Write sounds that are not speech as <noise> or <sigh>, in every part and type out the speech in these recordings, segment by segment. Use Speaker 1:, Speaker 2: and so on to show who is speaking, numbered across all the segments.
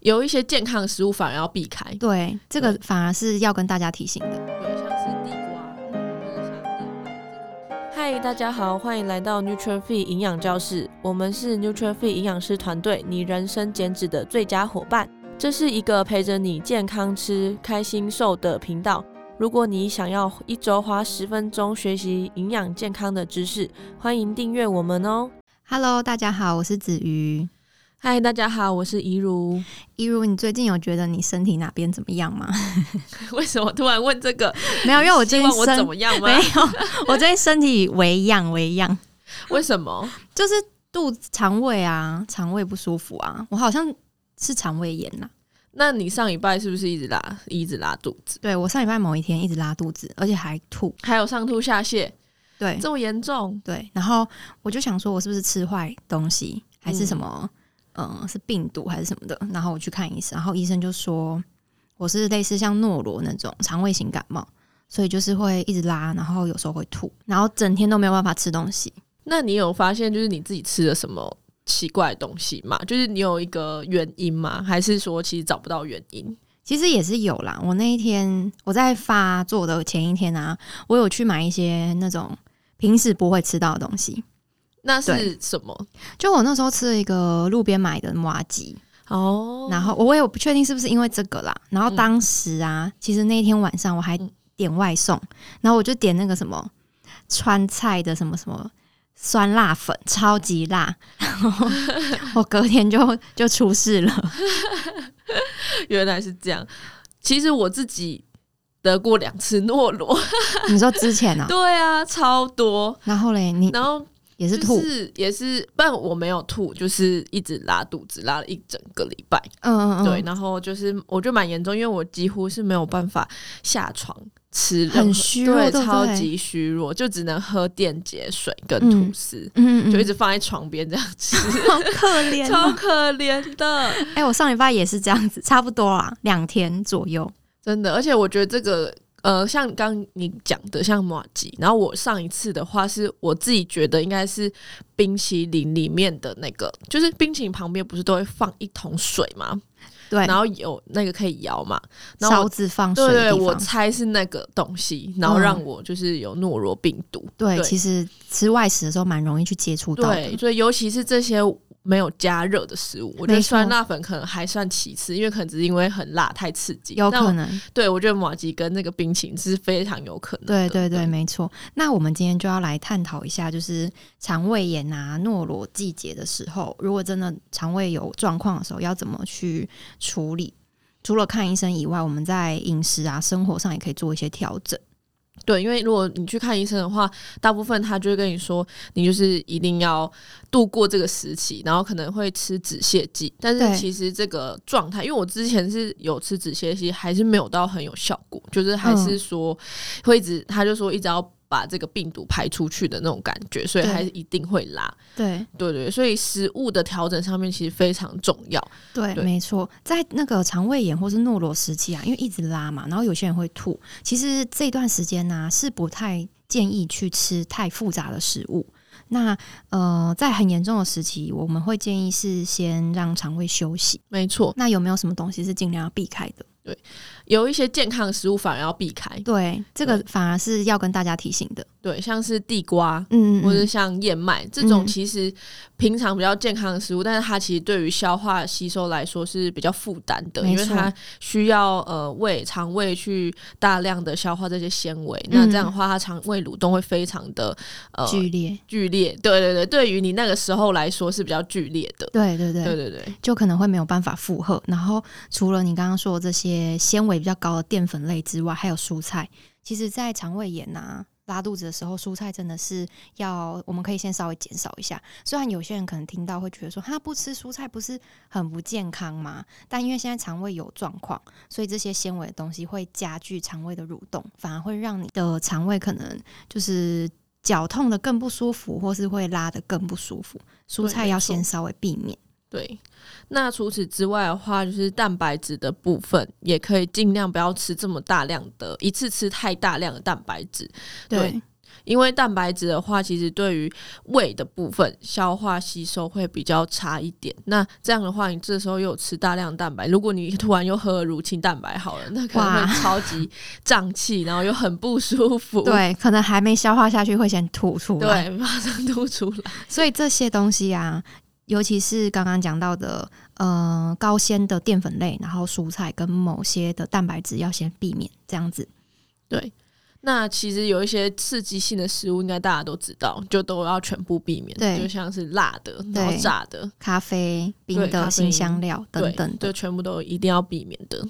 Speaker 1: 有一些健康的食物反而要避开，对，
Speaker 2: 对，这个反而是要跟大家提醒的。
Speaker 1: 像是地瓜或者像燕麦这种。
Speaker 3: 嗨，大家好，欢迎来到 Nutrify 营养教室，我们是 Nutrify 营养师团队，你人生减脂的最佳伙伴。这是一个陪着你健康吃、开心瘦的频道。如果你想要一周花十分钟学习营养健康的知识，欢迎订阅我们哦。
Speaker 2: Hello，大家好，我是子瑜。
Speaker 3: 嗨，大家好，我是怡如。
Speaker 2: 一如，你最近有觉得你身体哪边怎么样吗？
Speaker 1: <laughs> 为什么突然问这个？
Speaker 2: 没有，因为我
Speaker 1: 希
Speaker 2: 最近
Speaker 1: 望我
Speaker 2: 身
Speaker 1: 怎么样吗
Speaker 2: <laughs> 没？有，我最近身体微恙，微恙，
Speaker 1: 为什么？
Speaker 2: 就是肚子肠胃啊，肠胃不舒服啊，我好像是肠胃炎啦。
Speaker 1: 那你上礼拜是不是一直拉，一直拉肚子，
Speaker 2: 对我上礼拜某一天一直拉肚子，而且还吐。
Speaker 1: 还有上吐下泻，
Speaker 2: 对
Speaker 1: 这么严重？
Speaker 2: 对，然后我就想说，我是不是吃坏东西，还是什么？嗯、是病毒还是什么的？然后我去看医生，然后医生就说我是类似像诺罗那种肠胃型感冒，所以就是会一直拉，然后有时候会吐，然后整天都没有办法吃东西。
Speaker 1: 那你有发现就是你自己吃了什么奇怪的东西吗？就是你有一个原因吗？还是说其实找不到原因？
Speaker 2: 其实也是有啦，我那一天我在发作的前一天啊，我有去买一些那种平时不会吃到的东西。
Speaker 1: 那是什么？
Speaker 2: 就我那时候吃了一个路边买的麻吉，
Speaker 1: 哦
Speaker 2: 然后我也不确定是不是因为这个啦。然后当时啊，其实那一天晚上我还
Speaker 1: 嗯
Speaker 2: 点外送，然后我就点那个什么川菜的什么什么酸辣粉，超级辣， <laughs> 然后我隔天就就出事了。
Speaker 1: <laughs>
Speaker 2: <laughs>
Speaker 1: 原来是这样。其实我自己得过两次诺
Speaker 2: <laughs>
Speaker 1: 罗，
Speaker 2: 你说之前啊，
Speaker 1: 对啊，超多。
Speaker 2: 然后嘞，你
Speaker 1: 然后
Speaker 2: 也是
Speaker 1: 就
Speaker 2: 吐，
Speaker 1: 是也是，但我没有吐，就是一直拉肚子，拉了一整个礼拜。
Speaker 2: 嗯嗯嗯，
Speaker 1: 对，，然后就是我就蛮严重，因为我几乎是没有办法下床吃任何，
Speaker 2: 很虚弱对
Speaker 1: 对，
Speaker 2: 不
Speaker 1: 超
Speaker 2: 对
Speaker 1: 级虚弱，就只能喝电解水跟
Speaker 2: 嗯
Speaker 1: 吐司，
Speaker 2: 嗯嗯，
Speaker 1: 就一
Speaker 2: 嗯
Speaker 1: 直放在床边这样吃，
Speaker 2: 好可
Speaker 1: <laughs>
Speaker 2: 怜
Speaker 1: 超
Speaker 2: 哦。
Speaker 1: 可怜的，
Speaker 2: 哎、我上礼拜也是这样子，差不多啦，两天左右。
Speaker 1: 真的。而且我觉得这个。呃，像刚你讲的，像马吉，然后我上一次的话是我自己觉得应该是冰淇淋里面的那个，就是冰淇淋旁边不是都会放一桶水吗？
Speaker 2: 对，
Speaker 1: 然后有那个可以摇嘛，然后我
Speaker 2: 勺子放水
Speaker 1: 对
Speaker 2: 的
Speaker 1: 对，
Speaker 2: 地
Speaker 1: 我
Speaker 2: 方。
Speaker 1: 猜是那个东西，然后
Speaker 2: 嗯
Speaker 1: 让我就是有诺罗病毒。
Speaker 2: 对，
Speaker 1: 对
Speaker 2: 其实吃外食的时候蛮容易去接触到
Speaker 1: 对，
Speaker 2: 的。
Speaker 1: 所以尤其是这些没有加热的食物，我觉
Speaker 2: 没
Speaker 1: 得
Speaker 2: 错
Speaker 1: 酸辣粉可能还算其次，因为可能只是因为很辣太刺激。
Speaker 2: 有
Speaker 1: 但我
Speaker 2: 可能，
Speaker 1: 对我觉得马吉跟那个冰淇淋是非常有可能的。
Speaker 2: 对对对，没错。那我们今天就要来探讨一下，就是肠胃炎啊、诺罗季节的时候，如果真的肠胃有状况的时候，要怎么去处理？除了看医生以外，我们在饮食啊、生活上也可以做一些调整。
Speaker 1: 对，因为如果你去看医生的话，大部分他就会跟你说，你就是一定要度过这个时期，然后可能会吃止泻剂。但
Speaker 2: 对
Speaker 1: 是其实这个状态，因为我之前是有吃止泻剂，还是没有到很有效果，就是还
Speaker 2: 嗯
Speaker 1: 是说会一直，他就说一直要。把这个病毒排出去的那种感觉，所以
Speaker 2: 对
Speaker 1: 还是一定会拉，
Speaker 2: 对
Speaker 1: 对对，所以食物的调整上面其实非常重要。
Speaker 2: 对，
Speaker 1: 对
Speaker 2: 没错，在那个肠胃炎或是诺罗时期啊，因为一直拉嘛，然后有些人会吐。其实这段时间呢、是不太建议去吃太复杂的食物。那呃，在很严重的时期，我们会建议是先让肠胃休息。
Speaker 1: 没错，
Speaker 2: 那有没有什么东西是尽量要避开的？
Speaker 1: 有一些健康的食物反而要避开，
Speaker 2: 对，这个反而是要跟大家提醒的。
Speaker 1: 对，像是地瓜，
Speaker 2: 嗯，嗯
Speaker 1: 或者
Speaker 2: 嗯
Speaker 1: 像燕麦这种，
Speaker 2: 嗯
Speaker 1: 其实平常比较健康的食物，但是它其实对于消化吸收来说是比较负担的，
Speaker 2: 没
Speaker 1: 因
Speaker 2: 错
Speaker 1: 为它需要呃胃肠胃去大量的消化这些纤维，
Speaker 2: 嗯
Speaker 1: 那这样的话，它肠胃蠕动会非常的呃
Speaker 2: 剧烈。
Speaker 1: 剧烈。对对对，对于你那个时候来说是比较剧烈的。
Speaker 2: 对对对，
Speaker 1: 对对对，
Speaker 2: 就可能会没有办法负荷。然后除了你刚刚说的这些纤维比较高的淀粉类之外，还有蔬菜。其实，在肠胃炎啊、拉肚子的时候，蔬菜真的是要我们可以先稍微减少一下。虽然有些人可能听到会觉得说，他不吃蔬菜不是很不健康吗？但因为现在肠胃有状况，所以这些纤维的东西会加剧肠胃的蠕动，反而会让你的肠胃可能就是。绞痛的更不舒服，或是会拉的更不舒服，蔬
Speaker 1: 对
Speaker 2: 菜
Speaker 1: 没
Speaker 2: 要
Speaker 1: 错
Speaker 2: 先稍微避免。
Speaker 1: 对，那除此之外的话，就是蛋白质的部分，也可以尽量不要吃这么大量的，一次吃太大量的蛋白质。对因为蛋白质的话，其实对于胃的部分消化吸收会比较差一点。那这样的话，你这时候又有吃大量蛋白，如果你突然又喝了乳清蛋白好了，那可能
Speaker 2: 哇
Speaker 1: 会超级胀气，然后又很不舒服。
Speaker 2: 对，可能还没消化下去会先吐出来。
Speaker 1: 对，马上吐出来。
Speaker 2: 所以这些东西啊，尤其是刚刚讲到的，呃，高纤的淀粉类，然后蔬菜跟某些的蛋白质要先避免这样子。
Speaker 1: 对，那其实有一些刺激性的食物，应该大家都知道，就都要全部避免。
Speaker 2: 对
Speaker 1: 就像是辣的，然后
Speaker 2: 对
Speaker 1: 炸的，
Speaker 2: 咖啡、
Speaker 1: 对
Speaker 2: 冰
Speaker 1: 咖啡
Speaker 2: 的、新香料等等
Speaker 1: 对，
Speaker 2: 的。
Speaker 1: 就全部都一定要避免的。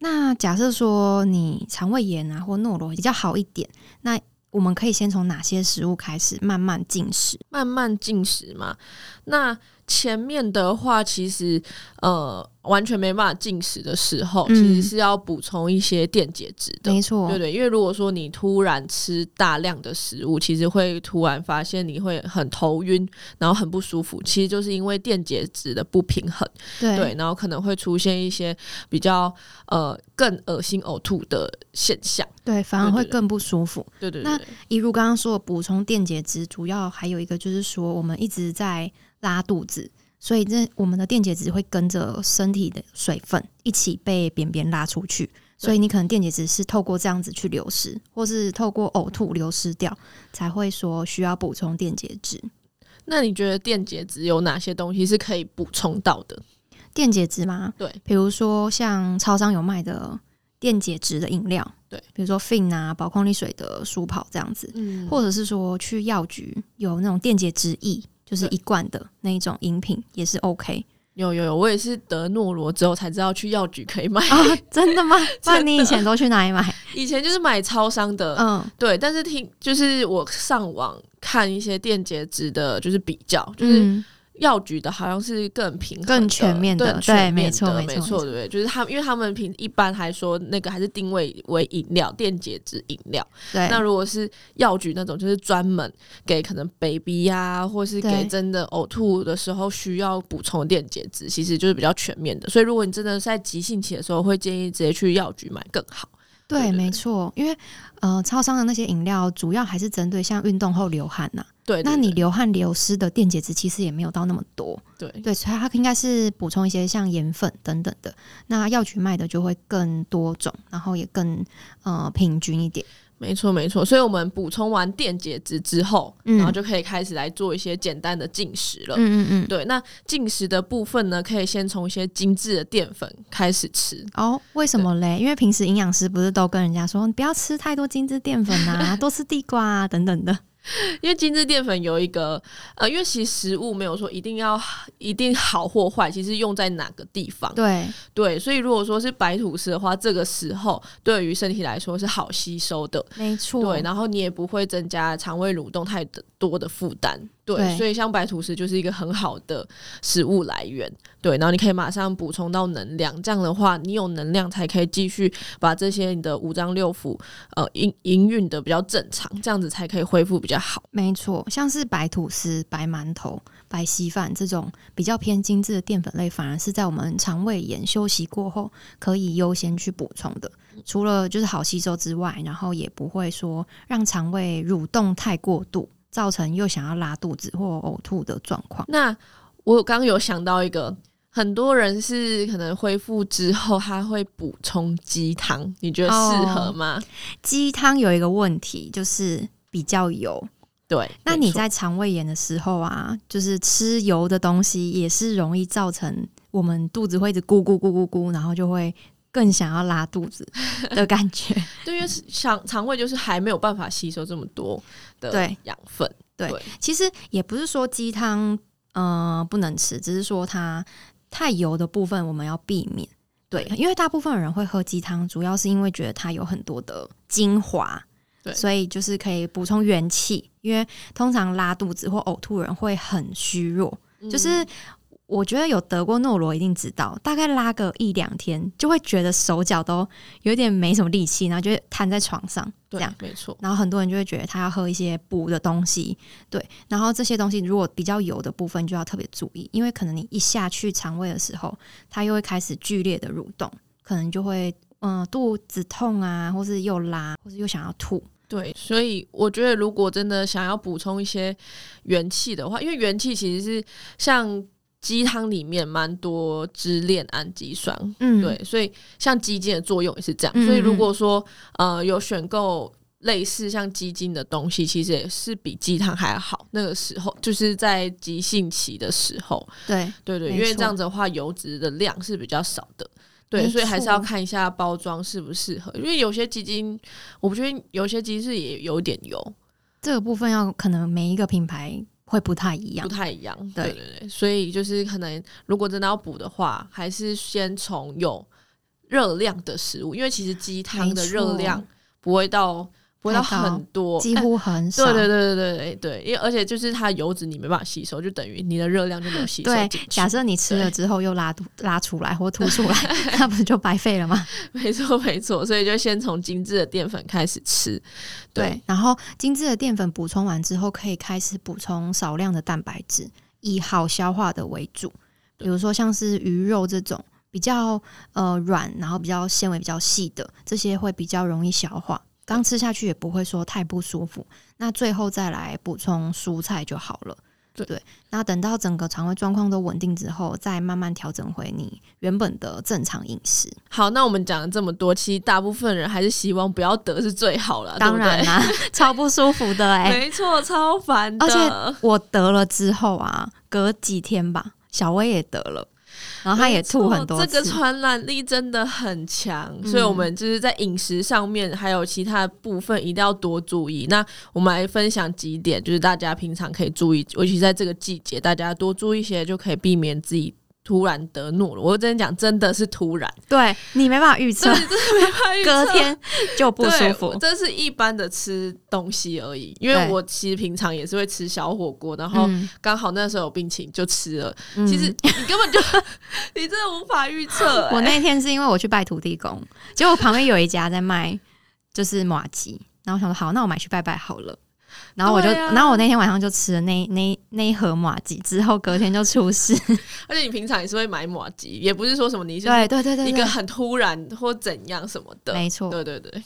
Speaker 2: 那假设说你肠胃炎啊或诺罗比较好一点，那我们可以先从哪些食物开始慢慢进食？
Speaker 1: 慢慢进食嘛。那前面的话，其实呃完全没办法进食的时候，
Speaker 2: 嗯
Speaker 1: 其实是要补充一些电解质的。
Speaker 2: 没错，
Speaker 1: 对对，因为如果说你突然吃大量的食物，其实会突然发现你会很头晕，然后很不舒服，其实就是因为电解质的不平衡。
Speaker 2: 对
Speaker 1: 对，然后可能会出现一些比较呃更恶心呕吐的现象。
Speaker 2: 对反而
Speaker 1: 对对
Speaker 2: 会
Speaker 1: 对
Speaker 2: 更不舒服。
Speaker 1: 对对对
Speaker 2: 那
Speaker 1: 对
Speaker 2: 一如刚刚说的，补充电解质，主要还有一个就是说，我们一直在拉肚子，所以这我们的电解质会跟着身体的水分一起被便便拉出去，所以你可能电解质是透过这样子去流失，或是透过呕吐流失掉，才会说需要补充电解质。
Speaker 1: 那你觉得电解质有哪些东西是可以补充到的？
Speaker 2: 电解质嘛，
Speaker 1: 对，
Speaker 2: 比如说像超商有卖的电解质的饮料，
Speaker 1: 对，
Speaker 2: 比如说 Fin 啊、宝矿力水的舒跑这样子，
Speaker 1: 嗯
Speaker 2: 或者是说去药局有那种电解质液，就是
Speaker 1: 对
Speaker 2: 一罐的那一种饮品也是
Speaker 1: <laughs>
Speaker 2: OK
Speaker 1: 有有有，我也是得诺罗之后才知道去药局可以买， <laughs>
Speaker 2: 啊、真的吗？不然你以前都去哪里买？
Speaker 1: 以前就是买超商的，呃
Speaker 2: 嗯，
Speaker 1: 对，但是听就是我上网看一些电解质的，就是比较，就是
Speaker 2: 嗯，
Speaker 1: 药局的好像是更平衡的、
Speaker 2: 更全面的
Speaker 1: 更全
Speaker 2: 对没
Speaker 1: 面
Speaker 2: 错
Speaker 1: 的
Speaker 2: 没错
Speaker 1: 没错，
Speaker 2: 没错
Speaker 1: 对不对？就是他们，因为他们平一般还说那个还是定位为饮料，电解质饮料。
Speaker 2: 对，
Speaker 1: 那如果是药局那种，就是专门给可能 baby 呀、或是给
Speaker 2: 对
Speaker 1: 真的呕吐的时候需要补充电解质，其实就是比较全面的。所以如果你真的是在急性期的时候，会建议直接去药局买更好。对对
Speaker 2: 对，
Speaker 1: 对
Speaker 2: 没错，因为呃，超商的那些饮料主要还是针对像运动后流汗呐、
Speaker 1: 对，
Speaker 2: 那
Speaker 1: 对
Speaker 2: 你流汗流失的电解质其实也没有到那么多，
Speaker 1: 对对
Speaker 2: 对，所以它应该是补充一些像盐分等等的。那药局卖的就会更多种，然后也更呃平均一点。
Speaker 1: 没错没错。所以我们补充完电解质之后，
Speaker 2: 嗯
Speaker 1: 然后就可以开始来做一些简单的进食了。
Speaker 2: 嗯嗯嗯，
Speaker 1: 对，那进食的部分呢，可以先从一些精致的淀粉开始吃。
Speaker 2: 哦，为什么嘞？因为平时营养师不是都跟人家说，你不要吃太多精致淀粉 <laughs> 啊，多吃地瓜啊等等的。
Speaker 1: 因为精致淀粉有一个呃，因为其实食物没有说一定要一定好或坏，其实用在哪个地方
Speaker 2: 对，
Speaker 1: 对，所以如果说是白吐司的话，这个时候对于身体来说是好吸收的，
Speaker 2: 没错。
Speaker 1: 对，然后你也不会增加肠胃蠕动太多的负担，对，
Speaker 2: 对
Speaker 1: 所以像白吐司就是一个很好的食物来源，对，然后你可以马上补充到能量，这样的话你有能量才可以继续把这些你的五脏六腑呃营营运的比较正常，这样子才可以恢复比较好。
Speaker 2: 没错，像是白吐司、白馒头、白稀饭这种比较偏精致的淀粉类，反而是在我们肠胃炎休息过后可以优先去补充的。除了就是好吸收之外，然后也不会说让肠胃蠕动太过度，造成又想要拉肚子或呕吐的状况。
Speaker 1: 那我刚有想到一个，很多人是可能恢复之后他会补充鸡汤，你觉得适合
Speaker 2: 哦
Speaker 1: 吗？
Speaker 2: 鸡汤有一个问题就是比较油，
Speaker 1: 对，
Speaker 2: 那
Speaker 1: 没
Speaker 2: 你
Speaker 1: 错
Speaker 2: 在肠胃炎的时候啊，就是吃油的东西也是容易造成我们肚子会一直咕咕咕咕咕，然后就会更想要拉肚子的
Speaker 1: <laughs>
Speaker 2: 感觉。
Speaker 1: 对，因为肠肠胃就是还没有办法吸收这么多的
Speaker 2: 对
Speaker 1: 养分，
Speaker 2: 其实也不是说鸡汤呃不能吃，只是说它太油的部分我们要避免。对，因为大部分人会喝鸡汤，主要是因为觉得它有很多的精华，
Speaker 1: 对
Speaker 2: 所以就是可以补充元气。因为通常拉肚子或呕吐人会很虚弱，
Speaker 1: 嗯
Speaker 2: 就是我觉得有得过诺罗一定知道，大概拉个一两天就会觉得手脚都有点没什么力气，然后就会瘫在床上这
Speaker 1: 对
Speaker 2: 样。，
Speaker 1: 没错。
Speaker 2: 然后很多人就会觉得他要喝一些补的东西，对。然后这些东西如果比较油的部分就要特别注意，因为可能你一下去肠胃的时候，它又会开始剧烈的蠕动，可能就会嗯、呃肚子痛啊，或是又拉，或是又想要吐。
Speaker 1: 对，所以我觉得如果真的想要补充一些元气的话，因为元气其实是像鸡汤里面蛮多支链氨基酸，
Speaker 2: 嗯
Speaker 1: 对，所以像基金的作用也是这样。
Speaker 2: 嗯
Speaker 1: 所以如果说呃有选购类似像基金的东西，其实也是比鸡汤还好。那个时候就是在急性期的时候，
Speaker 2: 对，
Speaker 1: 对对，
Speaker 2: 没
Speaker 1: 因为
Speaker 2: 错
Speaker 1: 这样子的话，油脂的量是比较少的。对，
Speaker 2: 没
Speaker 1: 所以还是要
Speaker 2: 错
Speaker 1: 看一下包装适不适合，因为有些基金，我不确定有些基金是也有点油，
Speaker 2: 这个部分要可能每一个品牌会不太一样
Speaker 1: 不。太一样。
Speaker 2: 对
Speaker 1: 对对对，所以就是可能如果真的要补的话，还是先从有热量的食物，因为其实鸡汤的
Speaker 2: 没错
Speaker 1: 热量不会到不会到
Speaker 2: 太高
Speaker 1: 很多，
Speaker 2: 几
Speaker 1: 哎
Speaker 2: 乎很少。
Speaker 1: 对对对对对对，因为而且就是它的油脂你没办法吸收，就等于你的热量就没有吸收
Speaker 2: 对
Speaker 1: 进去。
Speaker 2: 假设你吃
Speaker 1: 对
Speaker 2: 了之后又拉肚拉出来或吐出来，那不就白费了吗？
Speaker 1: <laughs> 没错没错，所以就先从精致的淀粉开始吃。
Speaker 2: 对，然后精致的淀粉补充完之后，可以开始补充少量的蛋白质，以好消化的为主。比如说像是鱼肉这种比较呃软，然后比较纤维比较细的，这些会比较容易消化，刚吃下去也不会说太不舒服。那最后再来补充蔬菜就好了。
Speaker 1: 对
Speaker 2: 那等到整个肠胃状况都稳定之后，再慢慢调整回你原本的正常饮食。
Speaker 1: 好，那我们讲了这么多，其实大部分人还是希望不要得是最好了，
Speaker 2: 当然啦、超不舒服的哎、
Speaker 1: 对不对没错，超烦的。
Speaker 2: 而且我得了之后啊，隔几天吧，小薇也得了，然后她哦也吐很多
Speaker 1: 没错这
Speaker 2: 次。
Speaker 1: 个传染力真的很强，
Speaker 2: 嗯
Speaker 1: 所以我们就是在饮食上面还有其他的部分一定要多注意。那我们来分享几点，就是大家平常可以注意，尤其在这个季节，大家多注意一些，就可以避免自己突然得诺了。我真的讲，真的是突然，
Speaker 2: 对你没办法预测，
Speaker 1: 哎
Speaker 2: <laughs> 隔天就不舒
Speaker 1: 对
Speaker 2: 服。
Speaker 1: 这是一般的吃东西而已，因为
Speaker 2: 对
Speaker 1: 我其实平常也是会吃小火锅，然后
Speaker 2: 嗯，
Speaker 1: 刚好那时候有病情就吃了。
Speaker 2: 嗯
Speaker 1: 其实你根本就 <laughs> 你真的无法预测、哎
Speaker 2: <laughs> 嗯我那天是因为我去拜土地公，结果旁边有一家在卖就是马吉，然后我想说好，那我买去拜拜好了。然后我就，
Speaker 1: 对啊
Speaker 2: 然后我那天晚上就吃了那那那一盒马吉，之后隔天就出事。
Speaker 1: 而且你平常也是会买马吉，也不是说什么你是
Speaker 2: 对对对对
Speaker 1: 一个
Speaker 2: 对，
Speaker 1: 很突然或怎样什么的。
Speaker 2: 没错。
Speaker 1: 对对对，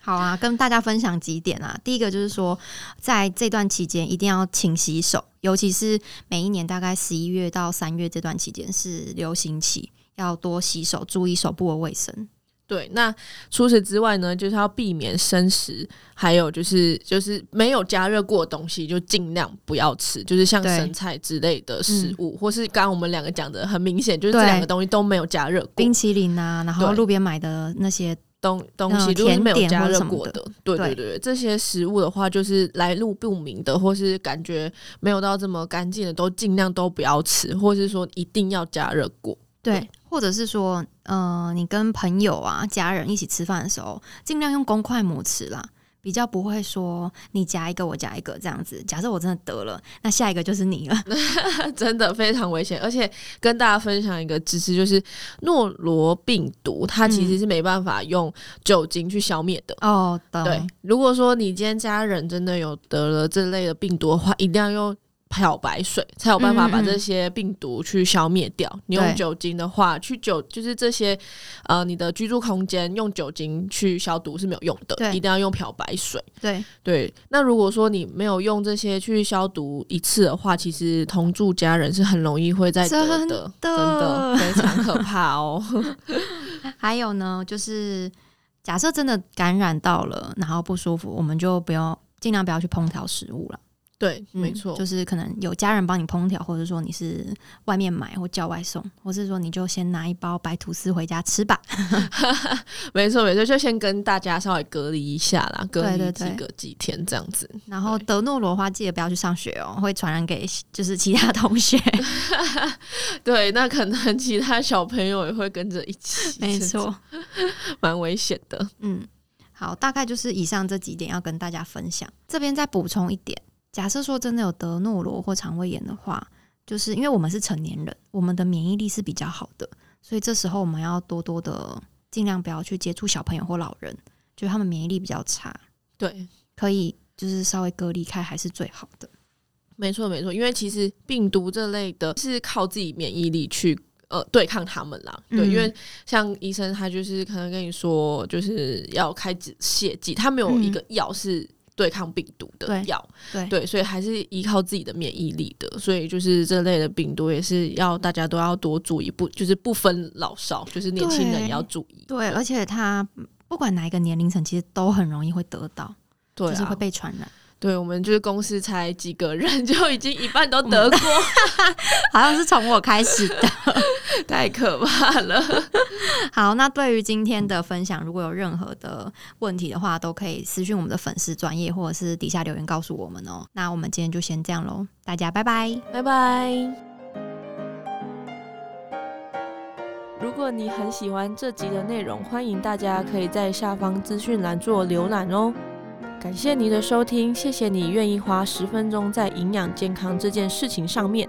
Speaker 2: 好啊，跟大家分享几点啊。第一个就是说，在这段期间一定要勤洗手，尤其是每一年大概十一月到三月这段期间是流行期，要多洗手，注意手部的卫生。
Speaker 1: 对，那除此之外呢，就是要避免生食，还有就是就是没有加热过的东西，就尽量不要吃，就是像
Speaker 2: 对嗯
Speaker 1: 生菜之类的食物，或是刚刚我们两个讲的，很明显就是这
Speaker 2: 对
Speaker 1: 两个东西都没有加热过
Speaker 2: 冰，淇淋啊，然后
Speaker 1: 对
Speaker 2: 路边买的那些，
Speaker 1: 东东西
Speaker 2: 嗯
Speaker 1: 都是没有
Speaker 2: 甜点
Speaker 1: 加
Speaker 2: 或
Speaker 1: 热
Speaker 2: 什么
Speaker 1: 过
Speaker 2: 的
Speaker 1: 的。对对
Speaker 2: 对
Speaker 1: 对，这些食物的话，就是来路不明的，或是感觉没有到这么干净的，都尽量都不要吃，或是说一定要加热过。
Speaker 2: 对，或者是说，呃，你跟朋友啊、家人一起吃饭的时候，尽量用公筷母匙啦。比较不会说你夹一个我夹一个这样子。假设我真的得了，那下一个就是你了。
Speaker 1: <laughs> 真的非常危险。而且跟大家分享一个知识，就是诺罗病毒它
Speaker 2: 嗯
Speaker 1: 其实是没办法用酒精去消灭的。
Speaker 2: 哦，
Speaker 1: 对
Speaker 2: 懂，，
Speaker 1: 如果说你今天家人真的有得了这类的病毒的话，一定要用漂白水才有办法把
Speaker 2: 嗯嗯嗯
Speaker 1: 这些病毒去消灭掉。你用
Speaker 2: 对
Speaker 1: 酒精的话，去酒就是这些呃你的居住空间用酒精去消毒是没有用的，
Speaker 2: 对
Speaker 1: 一定要用漂白水。
Speaker 2: 对，
Speaker 1: 对，那如果说你没有用这些去消毒一次的话，其实同住家人是很容易会再得
Speaker 2: 真
Speaker 1: 的
Speaker 2: 的，
Speaker 1: 真的非常可怕哦。 <laughs>
Speaker 2: 还有呢，就是假设真的感染到了，然后不舒服，我们就不要尽量不要去烹调食物了。
Speaker 1: 对，
Speaker 2: 嗯
Speaker 1: 没错，
Speaker 2: 就是可能有家人帮你烹调，或者说你是外面买或叫外送，或是说你就先拿一包白吐司回家吃
Speaker 1: <laughs>
Speaker 2: 吧。
Speaker 1: 没错，没错，就先跟大家稍微隔离一下啦，隔离
Speaker 2: 对对
Speaker 1: 几
Speaker 2: 对
Speaker 1: 个几天这样子。
Speaker 2: 然后德诺罗的话，记得不要去上学哦，会传染给 <laughs> 就是其他
Speaker 1: <laughs>
Speaker 2: 同学。
Speaker 1: 对，那可能其他小朋友也会跟着一起，
Speaker 2: 没，错，
Speaker 1: <laughs> 蛮危险的。
Speaker 2: 嗯，好，大概就是以上这几点要跟大家分享。这边再补充一点，假设说真的有得诺罗或肠胃炎的话，就是因为我们是成年人，我们的免疫力是比较好的，所以这时候我们要多多的尽量不要去接触小朋友或老人，就是他们免疫力比较差，
Speaker 1: 对，
Speaker 2: 可以就是稍微隔离开还是最好的。
Speaker 1: 没错，没错，因为其实病毒这类的是靠自己免疫力去。呃对抗他们啦。对，
Speaker 2: 嗯
Speaker 1: 因为像医生他就是可能跟你说，就是要开止泻剂，他没有
Speaker 2: 嗯
Speaker 1: 一个药是对抗病毒的
Speaker 2: 对
Speaker 1: 药，
Speaker 2: 对
Speaker 1: 对，所以还是依靠自己的免疫力的。所以就是这类的病毒也是要大家都要多注意，不就是不分老少，就是年轻人
Speaker 2: 对
Speaker 1: 也要注意。
Speaker 2: 对，而且它不管哪一个年龄层，其实都很容易会得到，
Speaker 1: 对
Speaker 2: 就是会
Speaker 1: 啊，
Speaker 2: 被传染，
Speaker 1: 对我们就是公司才几个人， <laughs> 就已经一半
Speaker 2: 嗯
Speaker 1: 都得
Speaker 2: <laughs>
Speaker 1: 过，
Speaker 2: <laughs> 好像是从我开始的。
Speaker 1: 太可怕 <laughs> 了。
Speaker 2: <laughs> 好，那对于今天的分享，如果有任何的问题的话，都可以私讯我们的粉丝专业，或者是底下留言告诉我们哦。那我们今天就先这样喽，大家拜拜。
Speaker 1: 拜拜。
Speaker 3: 如果你很喜欢这集的内容，欢迎大家可以在下方资讯栏做浏览哦。感谢你的收听，谢谢你愿意花十分钟在营养健康这件事情上面。